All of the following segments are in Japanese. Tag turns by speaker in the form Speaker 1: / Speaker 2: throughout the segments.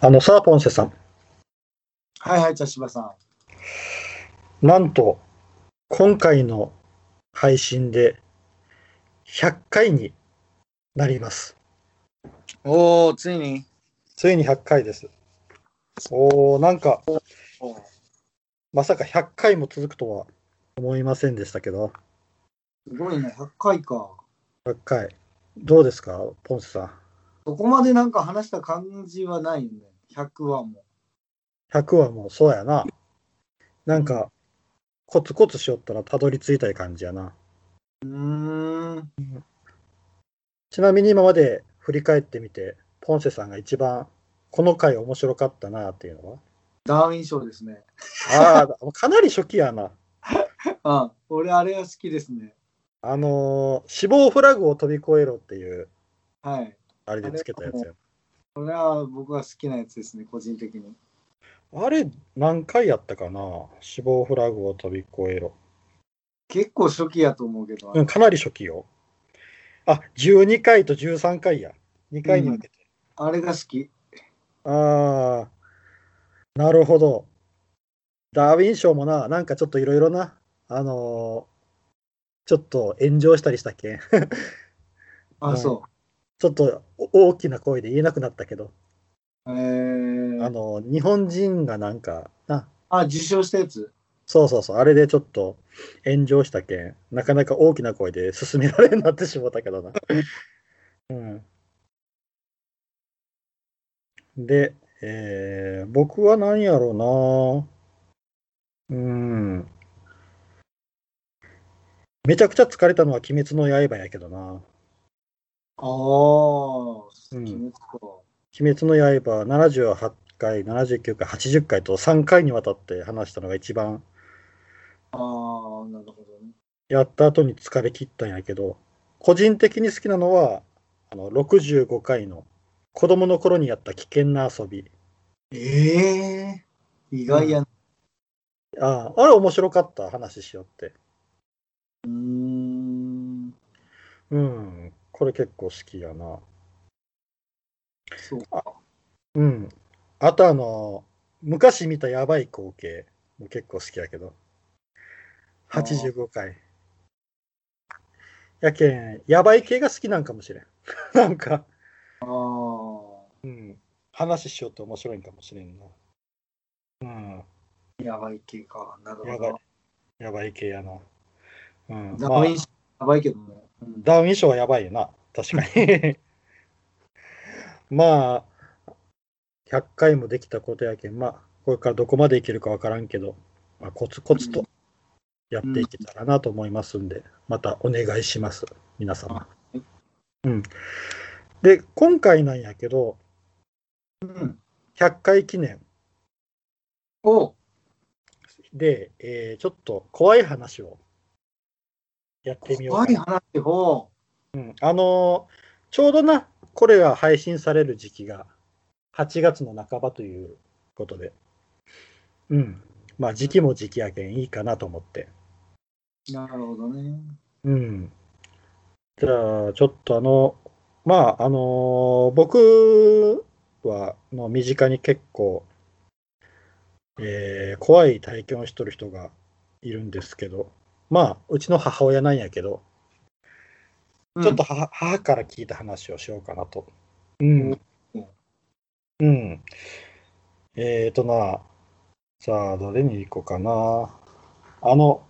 Speaker 1: あのさあ、ポンセさん、
Speaker 2: はいはい、茶芝さん。
Speaker 1: なんと、今回の配信で100回になります。
Speaker 2: おお、ついに。
Speaker 1: ついに100回です。おー、なんか、まさか100回も続くとは思いませんでしたけど、
Speaker 2: すごいね、100回か。
Speaker 1: 100回、どうですか、ポンセさん。
Speaker 2: そこまでなんか話した感じはないよね。100はも
Speaker 1: 100はもうそうやな。なんか、コツコツしよったらたどり着いたい感じやな。
Speaker 2: う。うーん。
Speaker 1: ちなみに今まで振り返ってみて、ポンセさんが一番この回面白かったなっていうのは
Speaker 2: ダーウィン賞ですね。
Speaker 1: ああ、 かなり初期やな。
Speaker 2: うん。俺、あれは好きですね。
Speaker 1: あのー死亡フラグを飛び越えろっていう、
Speaker 2: はい。
Speaker 1: あれでつけたやつや。
Speaker 2: これは僕が好きなやつですね、個人的に。
Speaker 1: あれ、何回やったかな死亡フラグを飛び越えろ。
Speaker 2: 結構初期やと思うけど。
Speaker 1: うん、かなり初期よ。あ、12回と13回や。2回に分けて。
Speaker 2: あれが好き。
Speaker 1: ああ、なるほど。ダーウィン賞もな、なんかちょっといろいろな、あのーちょっと炎上したりしたっけ
Speaker 2: あ、そ
Speaker 1: ちょっとお大きな声で言えなくなったけど。
Speaker 2: う。えー、
Speaker 1: あ
Speaker 2: あ
Speaker 1: の日本人がなんかな
Speaker 2: 受賞したやつ。
Speaker 1: そうそうそうあれでちょっと炎上したけんなかなか大きな声で勧められんなってしまったけどな、うん、で、えー僕は何やろうなうんめちゃくちゃ疲れたのは「鬼滅の刃」やけどな
Speaker 2: ああ、うん鬼滅か。
Speaker 1: 「鬼滅の刃」78回79回80回と3回にわたって話したのが一番
Speaker 2: ああ、なるほどね。
Speaker 1: やった後に疲れ切ったんやけど個人的に好きなのはあの65回の子供の頃にやった危険な遊び
Speaker 2: ええー、意外やな。
Speaker 1: あああれ面白かった話しよって
Speaker 2: うーん。
Speaker 1: うんこれ結構好きやな
Speaker 2: そう
Speaker 1: あうんあとあの昔見たやばい光景も結構好きやけど85回やけんやばい系が好きなんかもしれん なんか
Speaker 2: ああ、
Speaker 1: うん、話しようと面白いんかもしれんな。うん、
Speaker 2: やばい系か。なるほど。
Speaker 1: やばい。やばい系やな。うん、
Speaker 2: ダ
Speaker 1: まあ
Speaker 2: メージやばいけどね。うん
Speaker 1: ダウン賞はやばいよな。確かに。 まあ、100回もできたことやけん、まあ、これからどこまでいけるかわからんけど、まあ、コツコツとやっていけたらなと思いますんで、またお願いします、皆様。うん。で、今回なんやけど、
Speaker 2: うん、
Speaker 1: 100回記念。
Speaker 2: お
Speaker 1: で、えーちょっと怖い話をやってみようか
Speaker 2: 怖い
Speaker 1: な。
Speaker 2: 話ほ
Speaker 1: うん、あのーちょうどな、これが配信される時期が8月の半ばということで、うん、まあ時期も時期やけんいいかなと思って。
Speaker 2: う。なるほどね。
Speaker 1: うん。じゃあ、ちょっとあの、まあ、あのー僕は、の身近に結構、えー怖い体験をしとる人がいるんですけど、まあ、うちの母親なんやけど、
Speaker 2: うん
Speaker 1: ちょっと母,、母から聞いた話をしようかなと。うん。うん。えーとな、さあ、どれに行こうかな。あの、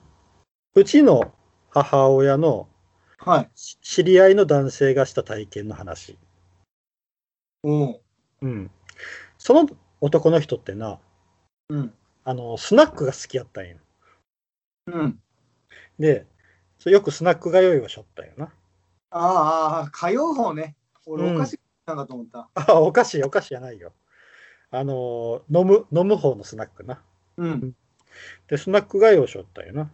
Speaker 1: うちの母親の
Speaker 2: はい。
Speaker 1: し知り合いの男性がした体験の話。
Speaker 2: おう。
Speaker 1: うん。その男の人ってな、
Speaker 2: うん。
Speaker 1: あの、スナックが好きやったんよ。
Speaker 2: うん。
Speaker 1: で、そうよくスナック通いをしょったんよな。
Speaker 2: ああ、火曜方ね。
Speaker 1: う
Speaker 2: 俺
Speaker 1: ん
Speaker 2: おかしくなったかと思った。
Speaker 1: あ、お菓子、お菓子じゃないよ。あの、飲む、飲む方のスナックな。
Speaker 2: うん。
Speaker 1: で、スナック通いをしょったんよな。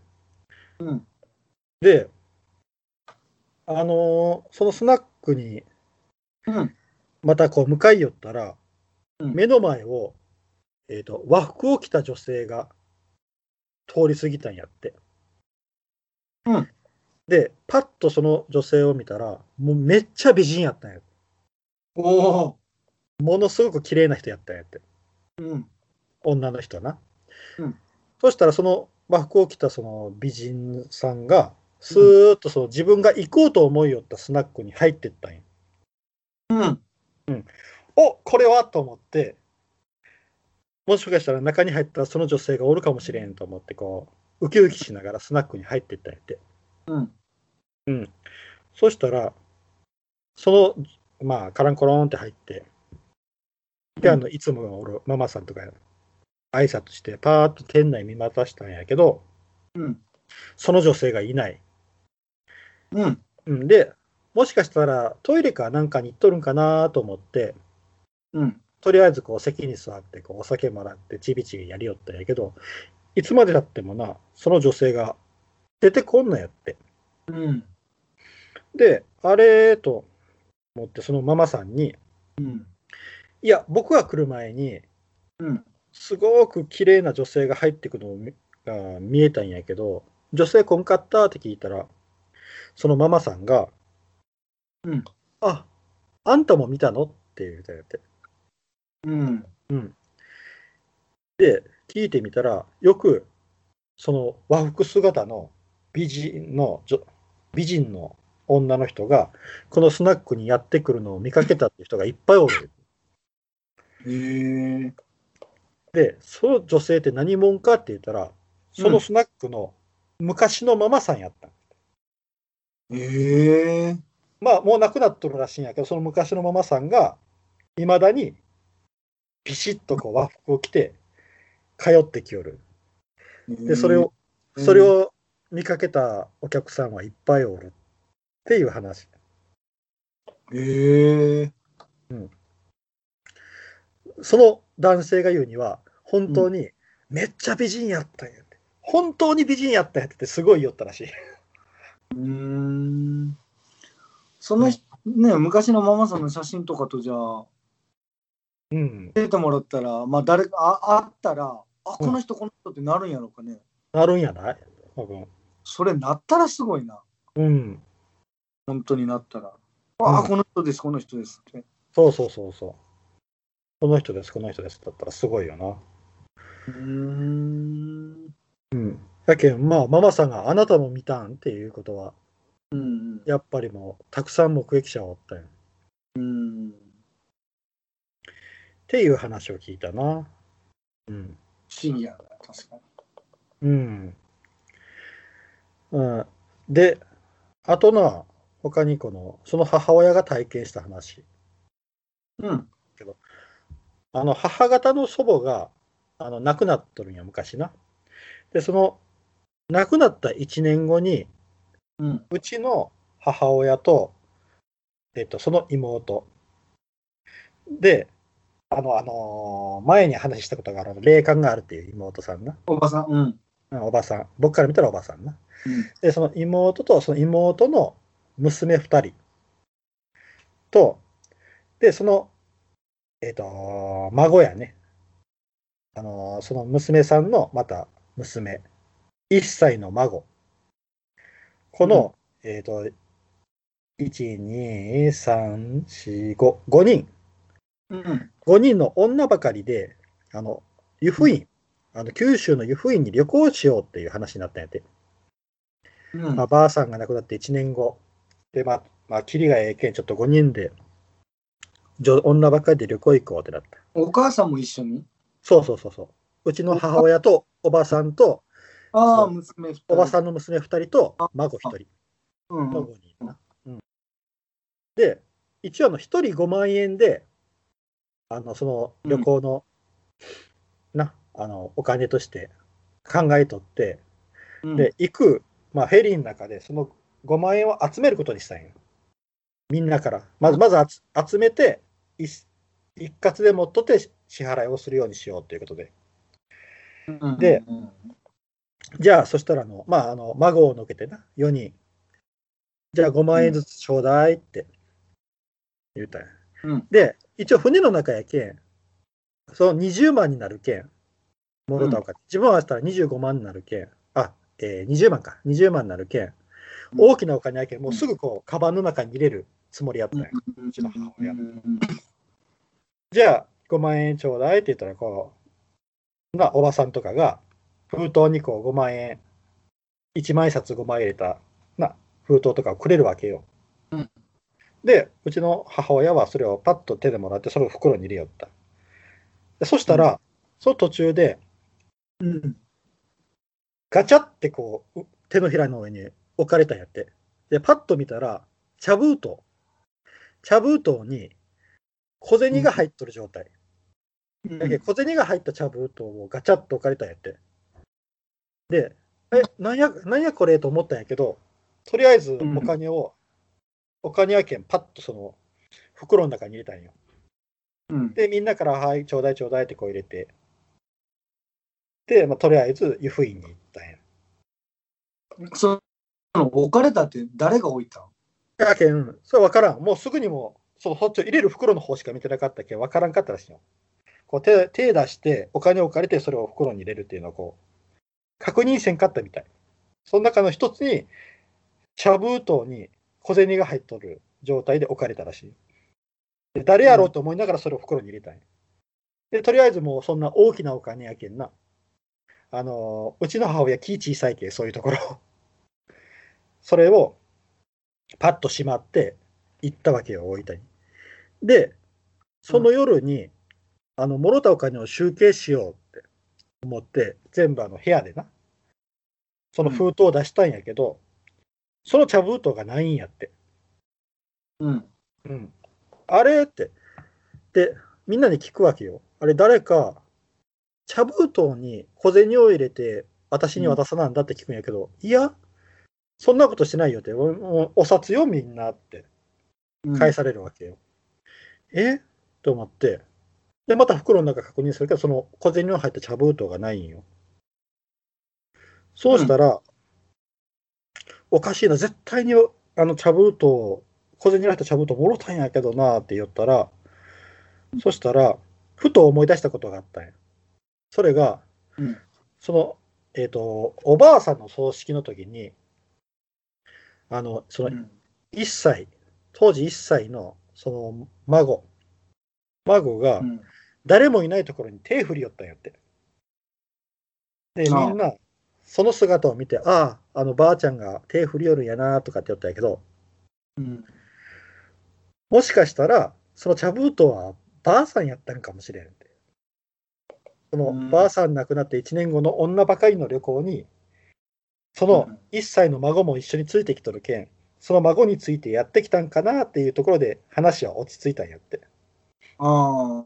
Speaker 2: うん。
Speaker 1: で、あのそのスナックに
Speaker 2: うん。
Speaker 1: またこう向かい寄ったら、
Speaker 2: うん
Speaker 1: 目の前を、えー、と和服を着た女性が通り過ぎたんやって。
Speaker 2: うん
Speaker 1: でパッとその女性を見たらもうめっちゃ美人やったんや。
Speaker 2: おお。
Speaker 1: ものすごく綺麗な人やったんやって。
Speaker 2: うん。
Speaker 1: 女の人な。
Speaker 2: うん
Speaker 1: そしたらその和服を着たその美人さんがスーッとその自分が行こうと思いよったスナックに入ってったんよ。
Speaker 2: うん。
Speaker 1: おこれはと思ってもしかしたら中に入ったらその女性がおるかもしれんと思ってこうウキウキしながらスナックに入ってったんやって。
Speaker 2: うん。
Speaker 1: そしたらそのまあカランコロンって入ってであのいつもおるママさんとかや挨拶してパーッと店内見渡したんやけど
Speaker 2: うん。
Speaker 1: その女性がいない。
Speaker 2: うん。
Speaker 1: うん、で、もしかしたらトイレかなんかに行っとるんかなと思って、
Speaker 2: うん。
Speaker 1: とりあえずこう席に座ってこうお酒もらってちびちびやりよったんやけど、いつまでたってもな、その女性が出てこんのやって。
Speaker 2: うん。
Speaker 1: で、あれと思ってそのママさんに、
Speaker 2: うん。
Speaker 1: いや、僕が来る前に、
Speaker 2: うん。
Speaker 1: すごく綺麗な女性が入ってくのが見えたんやけど、女性こんかったって聞いたら、そのママさんが、
Speaker 2: うん
Speaker 1: あ、あんたも見たのって言うてやって。
Speaker 2: うん。
Speaker 1: で、聞いてみたら、よく、その和服姿の美人の、じょ美人の女の人が、このスナックにやってくるのを見かけたって人がいっぱいおる。
Speaker 2: へえ。
Speaker 1: で、その女性って何者かって言ったら、そのスナックの昔のママさんやった。
Speaker 2: へえ。
Speaker 1: まあ、もう亡くなっとるらしいんやけど、その昔のママさんが、いまだに、ピシッとこう和服を着て、通ってきよる。で、それを、
Speaker 2: うん
Speaker 1: それを見かけたお客さんはいっぱいおるっていう話。
Speaker 2: へえ。
Speaker 1: その男性が言うには、本当に、めっちゃ美人やったんやって。本当に美人やったんやってってすごい言ったらしい。
Speaker 2: うーん。そのひ、ね、昔のママさんの写真とかとじゃあ、
Speaker 1: うん。
Speaker 2: 出てもらったら、まあ、誰か、あ、あったら、あ、この人、この人ってなるんやろうかね。
Speaker 1: なるんやない多分。
Speaker 2: それなったらすごいな。
Speaker 1: うん。
Speaker 2: 本当になったら。あ、
Speaker 1: うん
Speaker 2: この人です、この人ですって。
Speaker 1: そうそうそうそう。この人です、この人です。だったらすごいよな。
Speaker 2: うーん。
Speaker 1: うん。だけど、まあ、ママさんがあなたも見たんっていうことは、
Speaker 2: うん。
Speaker 1: やっぱりもう、たくさん目撃者はおったんや。っ
Speaker 2: うん。
Speaker 1: ていう話を聞いたな。うん。
Speaker 2: 不思議やな、確かに。
Speaker 1: うん。うん、で、あとな、他にこの、その母親が体験した話。
Speaker 2: うん。
Speaker 1: あの、母方の祖母が、あの、亡くなっとるんや、昔な。で、その、亡くなった1年後に、
Speaker 2: うん。
Speaker 1: うちの母親と、えっと、その妹。で、あの、あのー前に話したことがある、霊感があるっていう妹さんな。
Speaker 2: おばさん、うん。
Speaker 1: うんおばさん。僕から見たらおばさんな。
Speaker 2: うん
Speaker 1: で、その妹と、その妹の娘二人と、で、その、えっ、と、孫やね。あのーその娘さんの、また、娘。1歳の孫。この、えっ、と、1、2、3、4、5、5人。
Speaker 2: うん。
Speaker 1: 5人の女ばかりで、あの、湯布院、あの九州の湯布院に旅行しようっていう話になったんやて。
Speaker 2: うん。
Speaker 1: まあ、ばあさんが亡くなって1年後、で、まあ、まあ、キリがええけん、ちょっと5人で、女女ばっかりで旅行行こうってなった。
Speaker 2: お母さんも一緒に
Speaker 1: そうそうそうそう。うちの母親とおばさんと、
Speaker 2: あ
Speaker 1: そ
Speaker 2: あ、
Speaker 1: う
Speaker 2: 娘二人。
Speaker 1: おばさ
Speaker 2: ん。
Speaker 1: んの娘2人と、孫1人
Speaker 2: うん
Speaker 1: の。5人な。うん、で、一応あの、1人5万円で、あの、その旅行の、な、あの、お金として考えとって、
Speaker 2: うん、
Speaker 1: で、行く、まあ、フェリーの中で、その5万円を集めることにしたんよ。みんなから。まず、まずあつ集めて、一一括で持っとって支支払いをするようにしようということで。
Speaker 2: うん
Speaker 1: で、
Speaker 2: うん
Speaker 1: じゃあ、そしたらあの、まあ、あの、孫をのけてな、4人。じゃあ、5万円ずつちょうだいって言うたんや。
Speaker 2: うん
Speaker 1: で、一応、船の中やけん、その20万になるけん、もろたお金。自分はしたら25万になるけん、あ、えー、20万か、20万になるけん、
Speaker 2: うん
Speaker 1: 大きなお金やけん、もうすぐこう、カバンの中に入れるつもりやったんや。
Speaker 2: うん
Speaker 1: ちの母親
Speaker 2: うん
Speaker 1: じゃあ、5万円ちょうだいって言ったら、こう、な、おばさんとかが、封筒にこう5万円、1万円札5万円入れた、な、封筒とかをくれるわけよ。
Speaker 2: うん
Speaker 1: で、うちの母親はそれをパッと手でもらって、それを袋に入れよった。でそしたら、その途中で、
Speaker 2: うん。
Speaker 1: ガチャってこう、う手のひらの上に置かれたんやって。で、パッと見たら、茶封筒。茶封筒に小銭が入っとる状態。
Speaker 2: うん
Speaker 1: だけど小銭が入った茶封筒をガチャッと置かれたんやって。で、え、なんや、なんやこれと思ったんやけど、とりあえずお金を、お金やけんパッとその袋の中に入れたんよ。
Speaker 2: うん。
Speaker 1: で、みんなから、はい、ちょうだいちょうだいってこう入れて。で、まあ、とりあえず湯布院に行ったんや。
Speaker 2: その置かれたって誰が置いたの
Speaker 1: やけん、それ分からん。もうすぐにもう、そう、そっち入れる袋の方しか見てなかったけん、分からんかったらしいよ。こう手、手出して、お金を借りて、それを袋に入れるっていうのをこう、確認せんかったみたい。その中の一つに、茶封筒に小銭が入っとる状態で置かれたらしい。で誰やろうと思いながらそれを袋に入れたんや。で、とりあえずもうそんな大きなお金やけんな。あのーうちの母親、木小さいけん、そういうところ。 それを、パッとしまって行ったわけよ、大分に。で、その夜に、あの、もろたお金を集計しようって思って、全部あの部屋でな、その封筒を出したんやけど、その茶封筒がないんやって。
Speaker 2: うん。
Speaker 1: うん、あれって、で、みんなに聞くわけよ。あれ、誰か、茶封筒に小銭を入れて、私に渡さなんだって聞くんやけど、いや、そんなことしてないよって、おおお札よ、みんなって。
Speaker 2: うん
Speaker 1: 返されるわけよ。えと思って、で、また袋の中確認するけど、その小銭の入った茶封筒がないんよ。そうしたら、おかしいな、絶対にあの茶封筒、小銭の入った茶封筒もろたんやけどなって言ったら、そしたら、ふと思い出したことがあったんや。それが、
Speaker 2: うん
Speaker 1: その、えっ、と、おばあさんの葬式の時に、あの、その
Speaker 2: うん
Speaker 1: 1歳、当時1歳のその孫、孫が
Speaker 2: うん
Speaker 1: 誰もいないところに手振り寄ったんやって。で、
Speaker 2: ああ
Speaker 1: みんな、その姿を見て、ああ、あのばあちゃんが手振り寄るんやなとかって言ったんやけど、
Speaker 2: うん
Speaker 1: もしかしたら、その茶封筒はばあさんやったんかもしれんって。そうの
Speaker 2: ん
Speaker 1: ばあさん亡くなって1年後の女ばかりの旅行に、その
Speaker 2: うん
Speaker 1: 1歳の孫も一緒についてきとるけん、その孫についてやってきたんかなっていうところで話は落ち着いたんやって。
Speaker 2: あ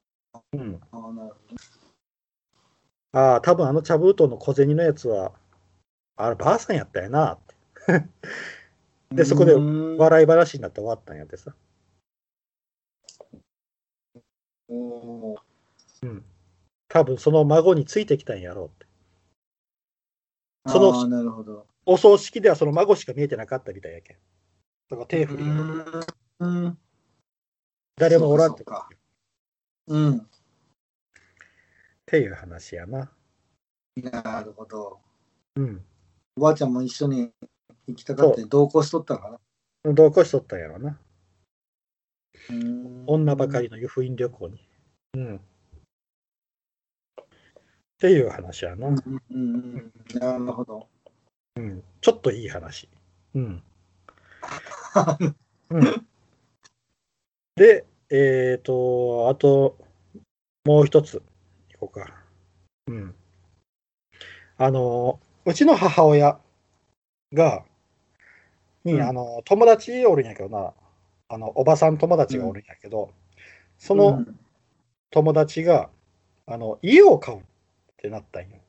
Speaker 1: うん、
Speaker 2: あ、なるほ
Speaker 1: ああ、多分あの茶封筒の小銭のやつは、あればあさんやったよなって。
Speaker 2: ど
Speaker 1: でそこで
Speaker 2: うん
Speaker 1: 笑い話になって終わったんやってさ。
Speaker 2: おー
Speaker 1: 多分その孫についてきたんやろうって。その
Speaker 2: ああ、なるほど。
Speaker 1: お葬式ではその孫しか見えてなかったみたいやけん。その手振りが。
Speaker 2: うん。
Speaker 1: 誰もおらんと
Speaker 2: そうか
Speaker 1: か
Speaker 2: そ。うん。
Speaker 1: っていう話やな。
Speaker 2: なるほど。
Speaker 1: うん。
Speaker 2: おばあちゃんも一緒に行きたかって同行しとったのかな。
Speaker 1: 同行しとったんやろな。
Speaker 2: うん
Speaker 1: 女ばかり。の湯布院旅行に。うん。っていう話やな
Speaker 2: うん。うんうんうん。なるほど。
Speaker 1: うん。ちょっといい話。うん。 うん、で、えっ、と、あと、もう一つ、いこうか。うん。あの、うちの母親が、に、
Speaker 2: うん
Speaker 1: あの、友達おるんやけどな、あの、おばさん友達がおるんやけど、その
Speaker 2: うん
Speaker 1: 友達が、あの、家を買うってなったんよ。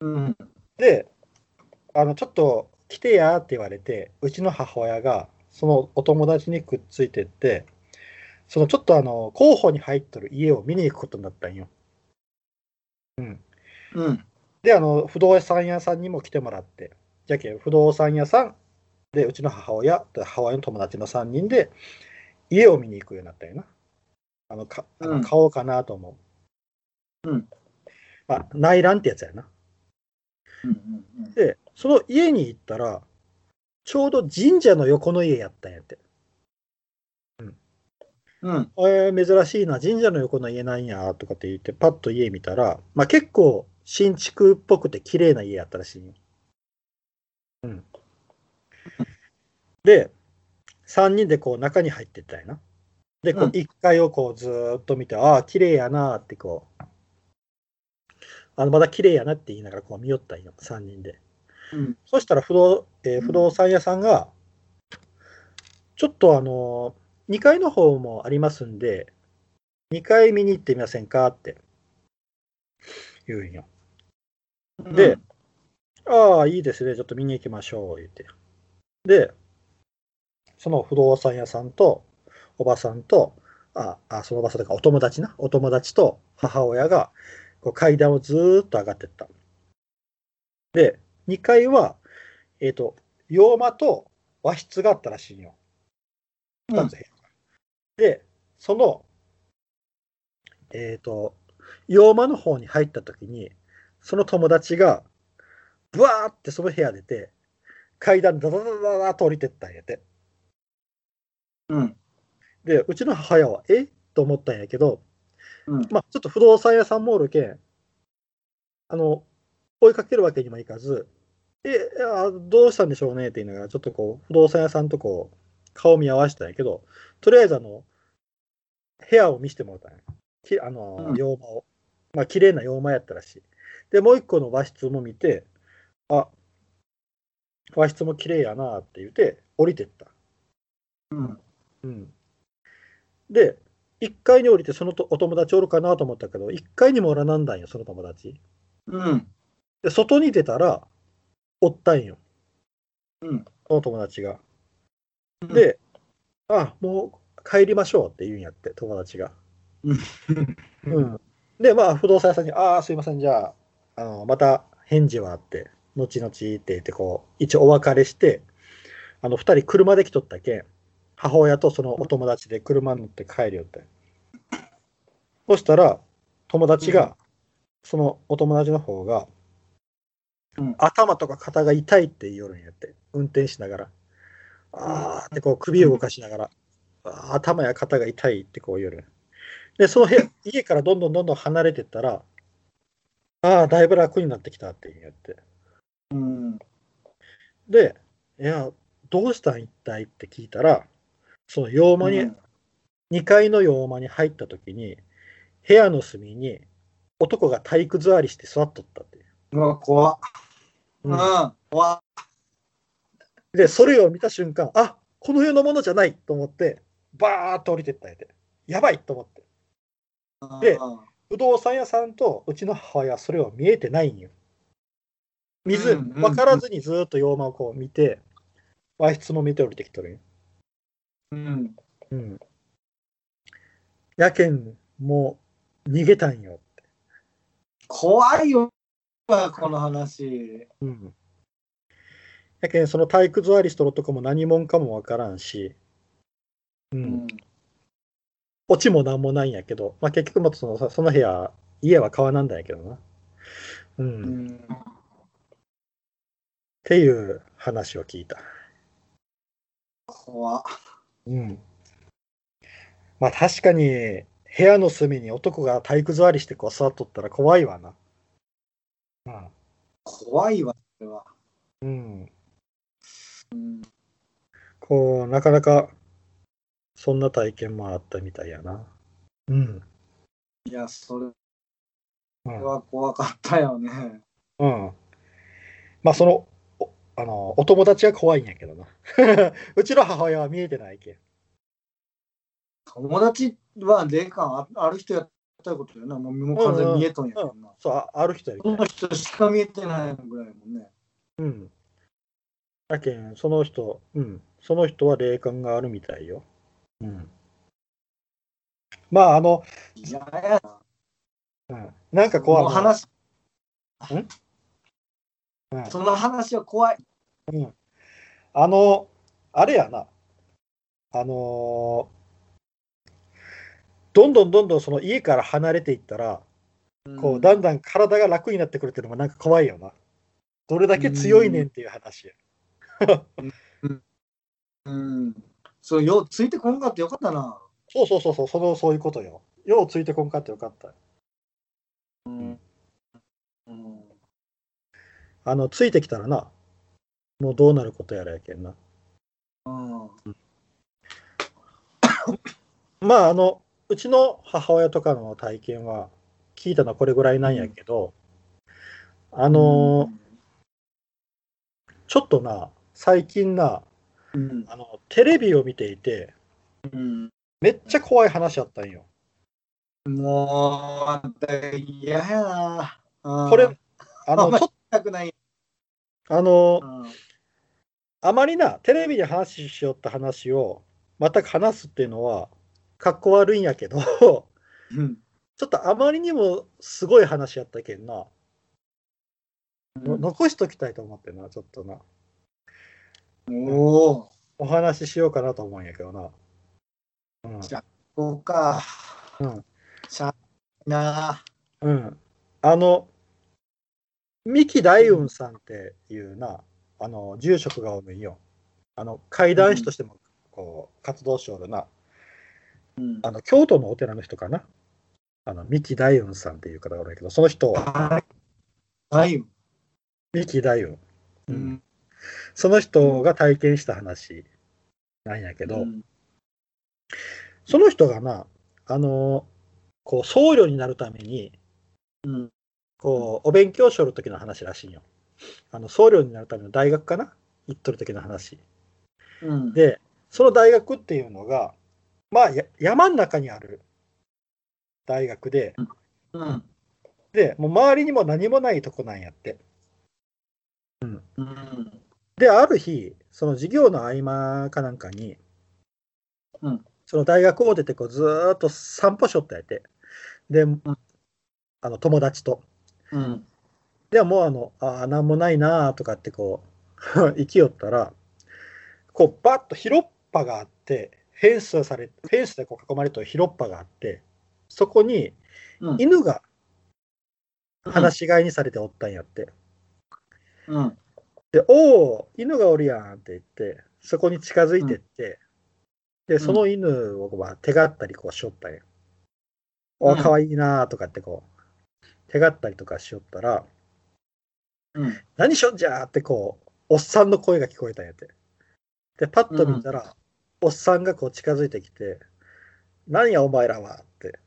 Speaker 2: うん。
Speaker 1: で、あの、ちょっと来てやって言われて、うちの母親が、そのお友達にくっついてって、そのちょっとあの、候補に入っとる家を見に行くことになったんよ。
Speaker 2: うん。
Speaker 1: で、あの、不動産屋さんにも来てもらって、じゃけん不動産屋さんで、うちの母親と母親の友達の3人で、家を見に行くようになったよな。あの、かあ
Speaker 2: う
Speaker 1: の
Speaker 2: ん
Speaker 1: 買おうかなと思う。
Speaker 2: うん。
Speaker 1: まあ、内覧ってやつやな。
Speaker 2: うんうん
Speaker 1: で、その家に行ったら、ちょうど神社の横の家やったんやって。
Speaker 2: ううん。
Speaker 1: えー珍しいな、神社の横の家なんや、とかって言って、パッと家見たら、まあ結構新築っぽくて綺麗な家やったらしいんようん。で、3人でこう中に入ってったんやな。で、こ
Speaker 2: う
Speaker 1: うん1階をこうずーっと見て、ああ、綺麗やなってこう、あのまだ綺麗やなって言いながらこう見よったんよ、3人で。
Speaker 2: うん。
Speaker 1: そしたら不動,、えー不動産屋さんが、ちょっとあのー、2階の方もありますんで、2階見に行ってみませんかって言うんよ。で、ああ、いいですね、ちょっと見に行きましょう、言って。で、その不動産屋さんと、おばさんと、ああ、そのおばさんとか、お友達な、お友達と母親が、こう階段をずーっと上がってった。で、2階は、えっ、と、洋間と和室があったらしいんよ。
Speaker 2: うん、う
Speaker 1: 2つ部屋がで、その、えっ、と、洋間の方に入った時に、その友達が、ブワーってその部屋出て、階段ダダダダダーと降りてったんやて。
Speaker 2: ん。
Speaker 1: で、うちの母親は、えと思ったんやけど、
Speaker 2: うん。
Speaker 1: まあ、ちょっと不動産屋さんもおるけん、あの、追いかけるわけにもいかず、え、いやどうしたんでしょうねって言いながら、ちょっとこう、不動産屋さんとこう、顔見合わせたんやけど、とりあえずあの、部屋を見せてもらったんや。きあの
Speaker 2: う、ん
Speaker 1: 洋間を。まあ、綺麗な洋間やったらしい。で、もう一個の和室も見て、あ、和室も綺麗やなって言って、降りてった。
Speaker 2: うん。
Speaker 1: うんで、1階に降りて、そのとお友達おるかなと思ったけど、1階にもおらなんだんよ、その友達。
Speaker 2: うん。
Speaker 1: で、外に出たら、おったんよ、
Speaker 2: うん。
Speaker 1: その友達が。
Speaker 2: うん
Speaker 1: で、あ、もう帰りましょうって言うんやって、友達が。うん、で、まあ、不動産屋さんに、ああ、すいません、じゃあ、あのまた返事はあって、後々って言って、こう、一応お別れして、あの、2人車で来とったけん、母親とそのお友達で車に乗って帰るよって。そしたら、友達
Speaker 2: うん
Speaker 1: が、そのお友達の方が、
Speaker 2: うん
Speaker 1: 頭とか肩が痛いって言いよるんやって、運転しながら。ああってこう首を動かしながら、あー頭や肩が痛いってこう言うよる。で、その部屋家からどんどんどんどん離れてったら、ああ、だいぶ楽になってきたって言って。
Speaker 2: うん。
Speaker 1: で、いや、どうしたん一体って聞いたら、その洋間に、2階の洋間に入った時に、部屋の隅に男が体育座りして座っとったっていう。
Speaker 2: うわ、怖っ。う。
Speaker 1: うんん
Speaker 2: 怖っ。
Speaker 1: で、それを見た瞬間、あこの世のものじゃないと思って、バーっと降りてったんやて。やばいと思って。で不動産屋さんとうちの母親はそれを見えてないんよ。見ず、
Speaker 2: うんうんうん
Speaker 1: 分からずにずーっと洋間をこう見て、和室も見て降りてきとるんよ。
Speaker 2: うん。
Speaker 1: うん。やけん、もう逃げたんよ。
Speaker 2: 怖いよ、この話。
Speaker 1: うん。やけん、その体育座りしとる男も何者かも分からんし、う。。
Speaker 2: うん
Speaker 1: オチもなんもないんやけど、まあ、結局もそのその部屋、家は川なんだんやけどな。うん。
Speaker 2: う
Speaker 1: っ
Speaker 2: ん。
Speaker 1: ていう話を聞いた。
Speaker 2: 怖っ。
Speaker 1: うん。まあ確かに、部屋の隅に男が体育座りしてこう座っとったら怖いわな。
Speaker 2: 怖いわ、それは。
Speaker 1: うん。うん。
Speaker 2: うん。
Speaker 1: こう、なかなか、そんな体験もあったみたいやな。うん。
Speaker 2: いや、それ
Speaker 1: うん。
Speaker 2: は怖かったよね。
Speaker 1: うん、まあその、おあの、お友達は怖いんやけどな。 うちの母親は見えてないけん。
Speaker 2: 友達は霊感あある人やったことだよな。もうもう完全に見えとんやけどな。
Speaker 1: そう、あある人やけ
Speaker 2: そ
Speaker 1: ん
Speaker 2: の人しか見えてないぐらいやもんね。
Speaker 1: うん。だけん、その人、うん、その人は霊感があるみたいよ。うん。まあ、あの、
Speaker 2: いややな。
Speaker 1: うん、なんかこう、
Speaker 2: も
Speaker 1: あの
Speaker 2: う話。その話は怖い。
Speaker 1: あの、あれやな、あのーどんどんどんどんその家から離れていったら、こう、だんだん体が楽になってくるっていうのもなんか怖いよな。どれだけ強いねんっていう話や。
Speaker 2: うん。そう、ようついてこんかってよかったな。
Speaker 1: そうそうそうそう、その、そういうことよ。ようついてこんかってよかった。
Speaker 2: うん。うん。
Speaker 1: あの、ついてきたらな、もうどうなることやらやけんな。
Speaker 2: うん。
Speaker 1: まあ、あの、うちの母親とかの体験は、聞いたのはこれぐらいなんやけど、あのー、ちょっとな、最近な、
Speaker 2: うん。
Speaker 1: あの、テレビを見ていて、
Speaker 2: うん。
Speaker 1: めっちゃ怖い話やったんよ。
Speaker 2: もう、だ嫌やな。うん
Speaker 1: これ、、あ
Speaker 2: あん
Speaker 1: の、
Speaker 2: ま
Speaker 1: ちょっ
Speaker 2: したくない。
Speaker 1: と、あの
Speaker 2: う、ん。
Speaker 1: あまりな、テレビで話しよった話を、全く話すっていうのは、かっこ悪いんやけど、 ち
Speaker 2: うん。
Speaker 1: ょっとあまりにもすごい話やったけんな、
Speaker 2: うん
Speaker 1: 残しときたいと思ってな、ちょっとな、
Speaker 2: おお、
Speaker 1: お話ししようかなと思うんやけどな。うん
Speaker 2: じゃそうか。
Speaker 1: うん
Speaker 2: しゃなあ。
Speaker 1: うん、あの、三木大雲さんっていうな、あの住職がおるんよ。あの怪談師としてもこう活動しおるな、
Speaker 2: うん
Speaker 1: あの京都のお寺の人かな。あの三木大雲さんっていう方がおるんやけど、その人は
Speaker 2: はい。
Speaker 1: 三木大雲、う
Speaker 2: うんん。
Speaker 1: その人が体験した話なんやけど、
Speaker 2: うん
Speaker 1: その人がな、あのこう僧侶になるために、
Speaker 2: うん。
Speaker 1: こう、お勉強しよる時の話らしいんよ。あの、僧侶になるための大学かな行っとる時の話。
Speaker 2: うん。
Speaker 1: で、その大学っていうのが、まあ、や山ん中にある大学で、
Speaker 2: うん。
Speaker 1: で、もう周りにも何もないとこなんやって。
Speaker 2: うん。
Speaker 1: で、ある日、その授業の合間かなんかに、
Speaker 2: うん
Speaker 1: その大学を出てこうずーっと散歩しょってやって、で、あの友達と。
Speaker 2: うん。
Speaker 1: ではもうあの、ああ、なんもないなあとかってこう、 生きよったら、こう、バッと広っ端があって、フェンスされ、フェンスでこう囲まれてる広っ端があって、そこに
Speaker 2: うん。
Speaker 1: 犬が放し飼いにされておったんやって。
Speaker 2: うん。
Speaker 1: で、おお、犬がおるやんって言って、そこに近づいてって、で、その犬をこうまあ手がったりこうしよったんや。お
Speaker 2: うん
Speaker 1: かわいいなあとかってこう、手がったりとかしよったら、
Speaker 2: うん。
Speaker 1: 何しょんじゃーってこう、おっさんの声が聞こえたんやって。で、パッと見たら、おっさんがこう近づいてきて、何やお前らはって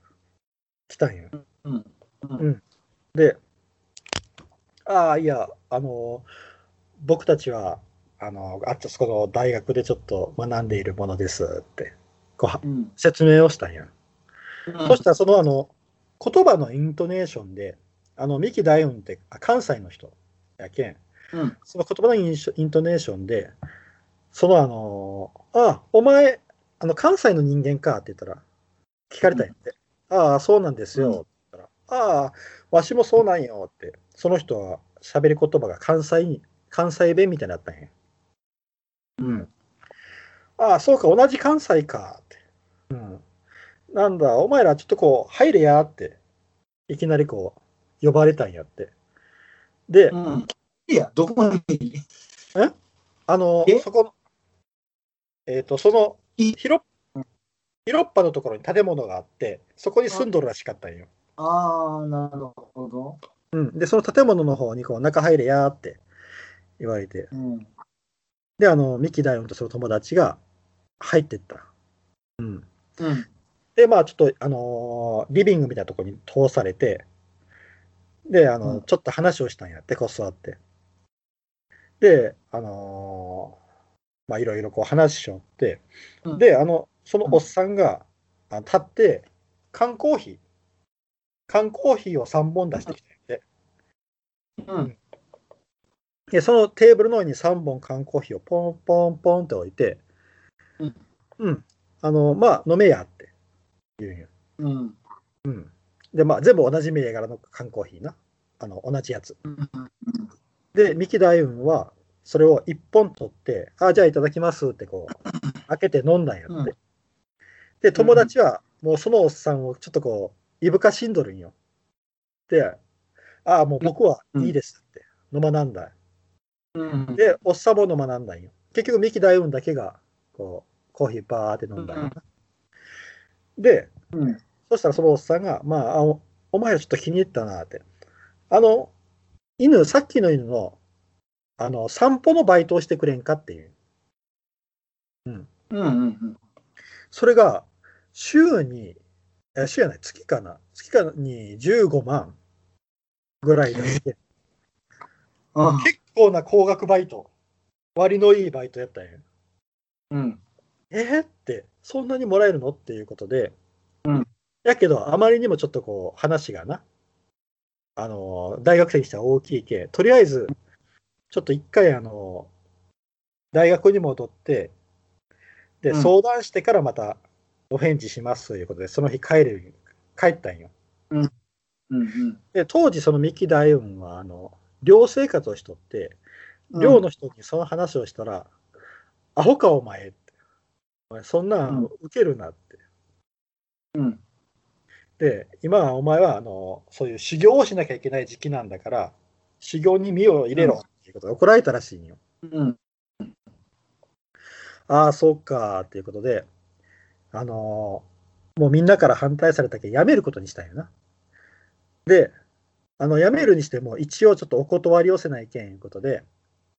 Speaker 1: 来たんよ。
Speaker 2: うん。
Speaker 1: で、ああ、いや、あの僕たちは、あのあっちそこの大学でちょっと学んでいるものですって、こうは
Speaker 2: うん。
Speaker 1: 説明をしたんや。
Speaker 2: うん
Speaker 1: そしたら、その、あの、言葉のイントネーションで、あの、三木大雲って、あ関西の人やけん、
Speaker 2: うん。
Speaker 1: その言葉のインショイントネーションで、そのあのーあ、お前、あの、関西の人間かって言ったら、聞かれたんやって。ああ、そうなんですよ。
Speaker 2: うん
Speaker 1: って言ったら、ああ、わしもそうなんよって、その人は喋り言葉が関西に、関西弁みたいになったんや。
Speaker 2: うん。
Speaker 1: ああ、そうか、同じ関西かって。うん。なんだ、お前らちょっとこう、入れやって、いきなりこう、呼ばれたんやって。で、
Speaker 2: うん。いや、どこに
Speaker 1: あの
Speaker 2: え、
Speaker 1: そこの、えっ、と、その、
Speaker 2: い
Speaker 1: 広っ、広っ端のところに建物があって、そこに住んどるらしかったんよ。
Speaker 2: ああ、なるほど。
Speaker 1: うん。で、その建物の方に、こう、中入れやーって言われて。
Speaker 2: うん。
Speaker 1: で、あの、ミキ大音とその友達が入ってった。うん。
Speaker 2: うん。
Speaker 1: で、まあ、ちょっと、あのーリビングみたいなところに通されて、で、あの、
Speaker 2: うん
Speaker 1: ちょっと話をしたんやって、こう座って。で、あのーまあ、いろいろこう話しよって、
Speaker 2: うん
Speaker 1: で、あの、そのおっさんが、あ立って、缶コーヒー、缶コーヒーを3本出してきて、
Speaker 2: うん。
Speaker 1: で、そのテーブルの上に3本缶コーヒーをポンポンポンって置いて、
Speaker 2: うん。
Speaker 1: うん。あの、まあ、飲めやって言うんよ。
Speaker 2: うん。
Speaker 1: うん。で、まあ、全部同じ銘柄の缶コーヒーな。あの、同じやつ。で、三木大雲は、それを1本取って、あ、じゃあいただきますって、こ う、開けて飲んだんやって。
Speaker 2: うん
Speaker 1: で、友達は、もうそのおっさんをちょっとこう、いぶかしんどるんよ。で、あ、もう僕はいいですって、飲まなんだ。
Speaker 2: うん。
Speaker 1: で、おっさんも飲まなんだんよ。結局、ミキ大運だけが、こう、コーヒーバーって飲んだんよなで、
Speaker 2: うん。
Speaker 1: そしたらそのおっさんが、まあ、あおお前らちょっと気に入ったなって。あの、犬、さっきの犬の、あの、散歩のバイトをしてくれんかっていう。
Speaker 2: うんうん
Speaker 1: それが、週に、え週やない、月かな。月かに15万ぐらい出して、
Speaker 2: うん。あ
Speaker 1: 結構な高額バイト、割のいいバイトやったんや。
Speaker 2: うん。
Speaker 1: えーって、そんなにもらえるのっていうことで、
Speaker 2: うん
Speaker 1: やけど、あまりにもちょっとこう、話がな、あのー、大学生にしては大きいけ、とりあえず、ちょっと一回、あのー、大学に戻って、で、
Speaker 2: うん
Speaker 1: 相談してからまたお返事しますということで、その日帰る、帰ったんよ。
Speaker 2: うんうん。
Speaker 1: で、当時、その三木大雲は、あの、寮生活をしとって、
Speaker 2: うん
Speaker 1: 寮の人にその話をしたら、アホかお前って。お前そんな
Speaker 2: うん
Speaker 1: ん受けるなって。
Speaker 2: うん。
Speaker 1: で、今はお前はあのそういう修行をしなきゃいけない時期なんだから、修行に身を入れろっていうことで怒られたらしいんよ。
Speaker 2: うん。
Speaker 1: ああ、そうかっていうことで、あのーもうみんなから反対されたけど、辞めることにしたんよな。で、あの辞めるにしても、一応ちょっとお断りをせないけんいうことで、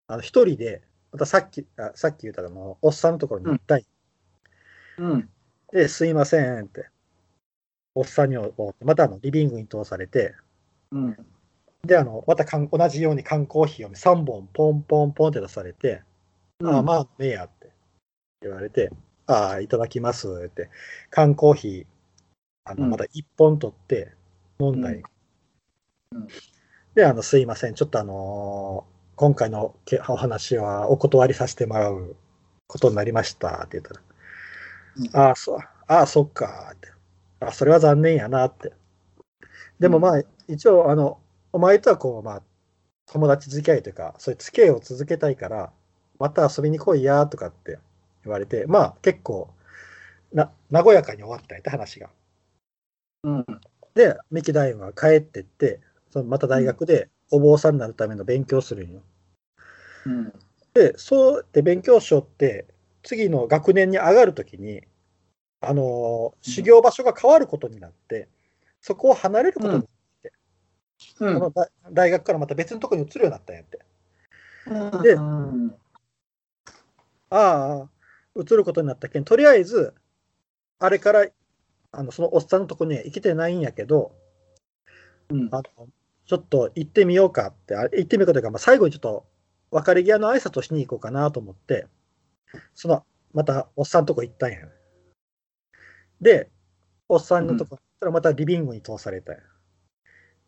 Speaker 1: あの一人で、またさっき、あさっき言ったあのおっさんのところに行ったんよ
Speaker 2: うん。
Speaker 1: で、すいませんって、おっさんにおまたあのリビングに通されて、
Speaker 2: うん。
Speaker 1: で、あのまたかん同じように缶コーヒーを3本ポンポンポンって出されて、ああ、まあ、ねえやって言われて、ああ、いただきますって、缶コーヒー、あの
Speaker 2: うん
Speaker 1: また1本取って飲んだり、
Speaker 2: うんうん
Speaker 1: で、あのすいません、ちょっとあのー今回のけお話はお断りさせてもらうことになりましたって言ったら、ああ、そう、ああ、そっか、って。あそれは残念やなって。でもまあ、一応、あの、お前とはこう、まあ、友達付き合いというか、そういう付き合いを続けたいから、また遊びに来いやとかって言われて、まあ、結構、な、和やかに終わったんやって話が。
Speaker 2: うん。
Speaker 1: で、三木大夫は帰ってって、そのまた大学でお坊さんになるための勉強をするんよ。
Speaker 2: うん。
Speaker 1: で、そうやって勉強しよって、次の学年に上がるときに、あのー
Speaker 2: うん
Speaker 1: 修行場所が変わることになって、そこを離れることに、
Speaker 2: う
Speaker 1: こ
Speaker 2: ん
Speaker 1: の大大学からまた別のとこに移るようになったんやって。
Speaker 2: うん。
Speaker 1: で
Speaker 2: うん。
Speaker 1: ああ、移ることになったけん、とりあえず、あれから、あのそのおっさんのとこには生きてないんやけど、
Speaker 2: うん。
Speaker 1: あのちょっと行ってみようかって、あ行ってみようかというか、まあ、最後にちょっと別れ際の挨拶をしに行こうかなと思って、そのまたおっさんのとこ行ったんや。で、おっさんのとこ行ったらまたリビングに通されたんや。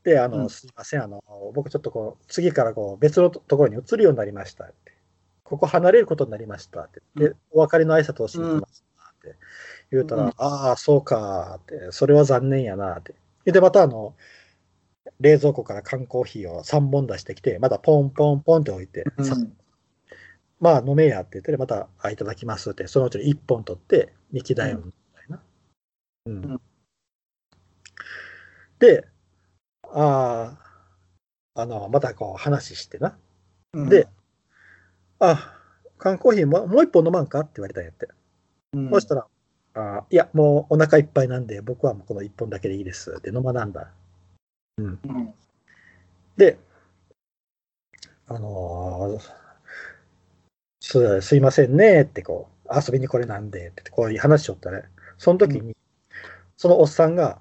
Speaker 1: で、あの、
Speaker 2: うん
Speaker 1: すいません、あの、僕ちょっとこう、次からこう別のところに移るようになりましたって。ここ離れることになりましたって。
Speaker 2: う
Speaker 1: で、お別れの挨拶をしに行きましたって言うたら、
Speaker 2: うん
Speaker 1: ああ、そうかーって、それは残念やなって。で、またあの、冷蔵庫から缶コーヒーを3本出してきて、またポンポンポンって置いて、
Speaker 2: う
Speaker 1: さ
Speaker 2: ん。
Speaker 1: まあ飲めやって言って、また、あ、いただきますって、そのうちに1本取って、ミキダイオンみたいな。うん。
Speaker 2: うん
Speaker 1: で、ああ、あの、またこう話してな。
Speaker 2: うん
Speaker 1: で、あ、缶コーヒーももう1本飲まんかって言われたんやって。
Speaker 2: うん
Speaker 1: そしたら、あいや、もうお腹いっぱいなんで、僕はもうこの1本だけでいいですって飲まなんだ。うん。
Speaker 2: うん。
Speaker 1: で、あのーすすいませんねってこう、遊びにこれなんでってこういう話しよったね。その時に、そのおっさんが、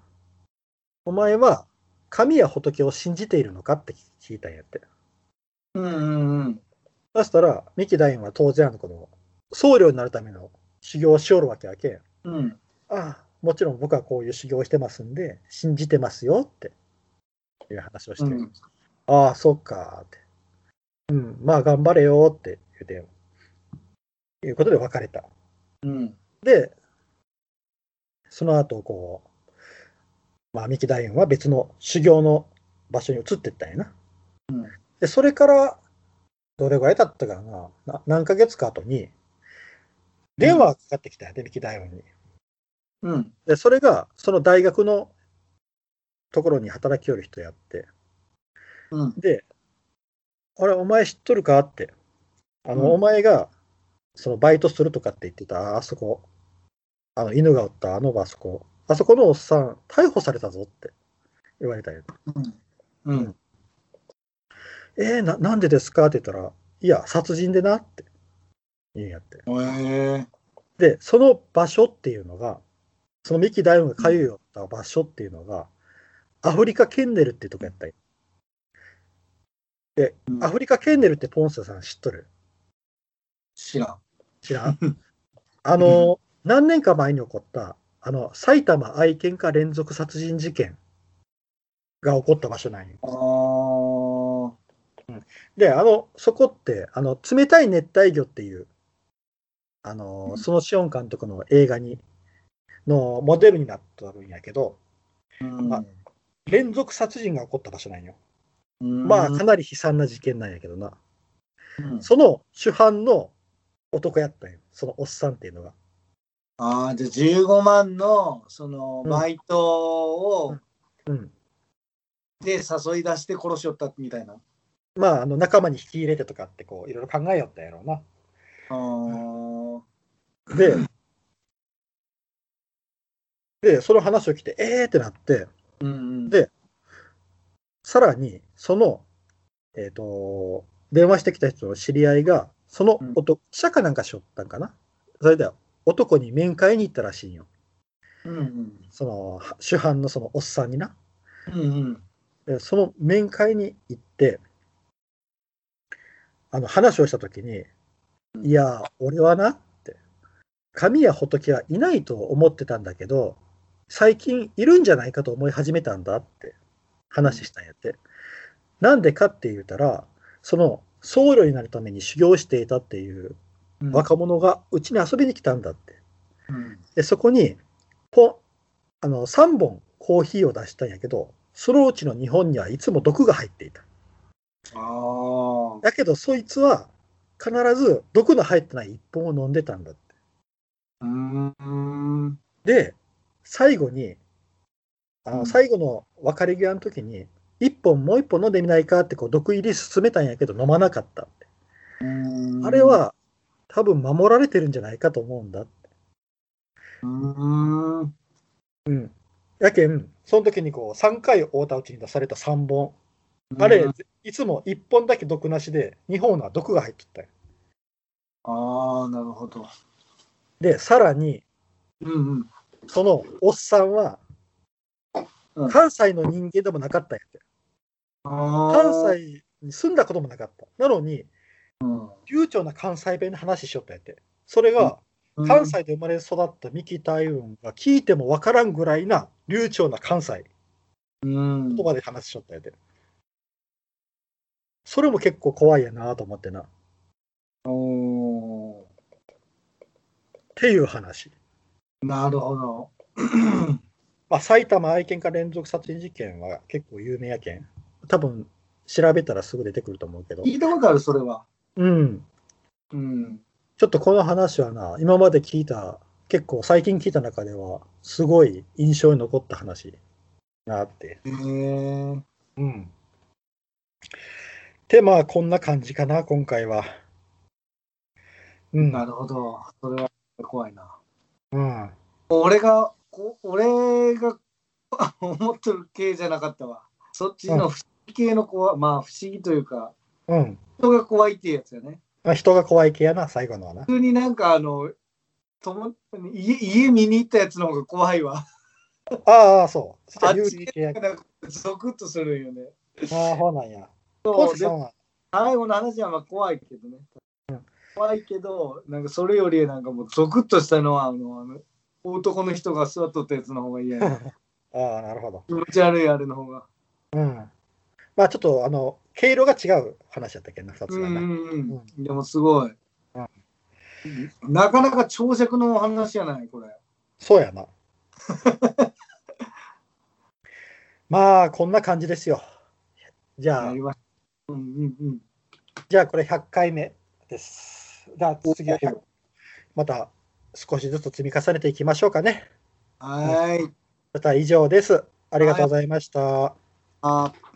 Speaker 1: お前は神や仏を信じているのかって聞いたんやって。
Speaker 2: うんうんうん。
Speaker 1: そしたら、三木大夫は当然あのこの僧侶になるための修行をしおるわけやけん。
Speaker 2: うん。
Speaker 1: ああ、もちろん僕はこういう修行をしてますんで、信じてますよっていう話をして、
Speaker 2: うん
Speaker 1: ああ、そっかーって。うん、まあ頑張れよーって言うて、いうことで別れた。
Speaker 2: うん。
Speaker 1: で、その後、こう、まあ、三木大雲は別の修行の場所に移ってったんやな。
Speaker 2: うん
Speaker 1: で、それから、どれぐらい経ったかな、な何ヶ月か後に、電話がかかってきたんやで、三木大雲に。
Speaker 2: うん。
Speaker 1: で、それが、その大学のところに働きよる人やって、
Speaker 2: うん。
Speaker 1: で、あれ、お前知っとるかって、あの、
Speaker 2: うん
Speaker 1: お前が、そのバイトするとかって言ってた、ああそこ、あの、犬がおった、あの場、あそこ、あそこのおっさん、逮捕されたぞって言われたよ。
Speaker 2: うん。うん。
Speaker 1: えー、ななんでですかって言ったら、いや、殺人でなって言うんやって。
Speaker 2: え
Speaker 1: で、その場所っていうのが、そのミキ大夫が通いよった場所っていうのが、アフリカ・ケンネルっていうとこやったんよ
Speaker 2: えー。
Speaker 1: アフリカ・ケンネルってポンセさん知っとる
Speaker 2: 知らん。
Speaker 1: 知らん あの、何年か前に起こった、あの、埼玉愛犬家連続殺人事件が起こった場所なんよ。
Speaker 2: あー。
Speaker 1: で、あの、そこって、あの、冷たい熱帯魚っていう、あの
Speaker 2: う、ん
Speaker 1: そのシオン監督の映画に、のモデルになっとるんやけど、
Speaker 2: うん
Speaker 1: まあ連続殺人が起こった場所なんよ。
Speaker 2: うん
Speaker 1: まあ、かなり悲惨な事件なんやけどな。
Speaker 2: うん
Speaker 1: その主犯の男やったんよ。そのおっさんっていうのが。
Speaker 2: ああ、じゃあ15万の、その、
Speaker 1: うん
Speaker 2: バイトを、
Speaker 1: うん。
Speaker 2: で誘い出して殺しよったみたいな。
Speaker 1: まあ、あの、仲間に引き入れてとかって、こう、いろいろ考えよったんやろうな。
Speaker 2: あー
Speaker 1: で、で、その話を聞いて、えーってなって、
Speaker 2: うんうん。
Speaker 1: でさらに、その、えっ、と、電話してきた人の知り合いが、その男、記者かなんかしよったんかな。それで、男に面会に行ったらしいんよ。
Speaker 2: うんうん。
Speaker 1: その、主犯のそのおっさんにな。
Speaker 2: うんうん。
Speaker 1: でその面会に行って、あの話をしたときに、
Speaker 2: うん
Speaker 1: いや、俺はなって、神や仏はいないと思ってたんだけど、最近いるんじゃないかと思い始めたんだって話したんやって。なんでかって言うたら、その僧侶になるために修行していたっていう
Speaker 2: うん
Speaker 1: 若者がうちに遊びに来たんだって。
Speaker 2: うん
Speaker 1: で、そこに、ポあの、3本コーヒーを出したんやけど、そのうちの2本にはいつも毒が入っていた。
Speaker 2: ああ。
Speaker 1: だけど、そいつは必ず毒の入ってない1本を飲んでたんだって。
Speaker 2: うーん。
Speaker 1: で、最後に、あ
Speaker 2: う
Speaker 1: の
Speaker 2: ん
Speaker 1: 最後の別れ際の時に、1本もう1本飲んでみないかってこう毒入り進めたんやけど、飲まなかったって。あれ、は多分守られてるんじゃないかと思うんだって。
Speaker 2: うーん。
Speaker 1: うん。やけん、その時にこう3回大田内に出された3本。あれ、いつも1本だけ毒なしで、2本のは毒が入っとったんよ
Speaker 2: ああ、なるほど。
Speaker 1: で、さらに、
Speaker 2: うんうん。
Speaker 1: そのおっさんは
Speaker 2: うん、
Speaker 1: 関西の人間でもなかったんやって。
Speaker 2: あー
Speaker 1: 関。西に住んだこともなかった。なのに、流暢な関西弁で話ししよったんやって。それが、
Speaker 2: うん
Speaker 1: 関。西で生まれ育った三木大雲が聞いてもわからんぐらいな流暢な関西
Speaker 2: うん。
Speaker 1: 言葉で話ししよったんやって。それも結構怖いやなと思ってな。っ
Speaker 2: お
Speaker 1: ていう話。
Speaker 2: ーなるほど。
Speaker 1: まあ、埼玉愛犬家連続殺人事件は結構有名やけん。多分調べたらすぐ出てくると思うけど。
Speaker 2: 聞いたことある、それは。
Speaker 1: うん。
Speaker 2: うん。
Speaker 1: ちょっとこの話はな、今まで聞いた、結構最近聞いた中では、すごい印象に残った話なって。
Speaker 2: へえ。
Speaker 1: うん。で、まあ、こんな感じかな、今回は。うん。
Speaker 2: なるほど。それは怖いな。
Speaker 1: うん、
Speaker 2: 俺が、こ俺が あ思ってる系じゃなかったわ。そっちの不思議系の怖、まあ不思議というか、
Speaker 1: うん。
Speaker 2: 人が怖いっていうやつよね。
Speaker 1: あ人が怖い系やな、最後のはな。
Speaker 2: 普通になんかあの、とも家家見に行ったやつの方が怖いわ。
Speaker 1: ああ、そう。
Speaker 2: あっ
Speaker 1: 幽
Speaker 2: ち
Speaker 1: 霊系や。
Speaker 2: なんかゾクッとするんよね。
Speaker 1: ああ、ほうなんや。ポ
Speaker 2: そう
Speaker 1: ンセ
Speaker 2: で
Speaker 1: さん は、
Speaker 2: 最後の話はまあ怖いけどね。怖いけど、なんかそれよりなんかもうゾクッとしたのはあの、あの男の人が座っとったやつの方が嫌 や。
Speaker 1: ああ、なるほど。
Speaker 2: 気持ち悪いあれの方が。
Speaker 1: うん。まあ、ちょっと、あの、毛色が違う話やったっけな、2つ
Speaker 2: う
Speaker 1: は
Speaker 2: ん
Speaker 1: な。
Speaker 2: うんうん、でもすごい、
Speaker 1: うん
Speaker 2: なかなか長尺のお話やないこれ
Speaker 1: そう やな。まあ、こんな感じですよ。じゃ
Speaker 2: や
Speaker 1: あ
Speaker 2: り、ましたうんうんうん
Speaker 1: じゃあこれ100回目です。じゃあ次は100
Speaker 2: お
Speaker 1: また少しずつ積み重ねていきましょうかね。
Speaker 2: はーい
Speaker 1: また以上です。ありがとうございました。
Speaker 2: あー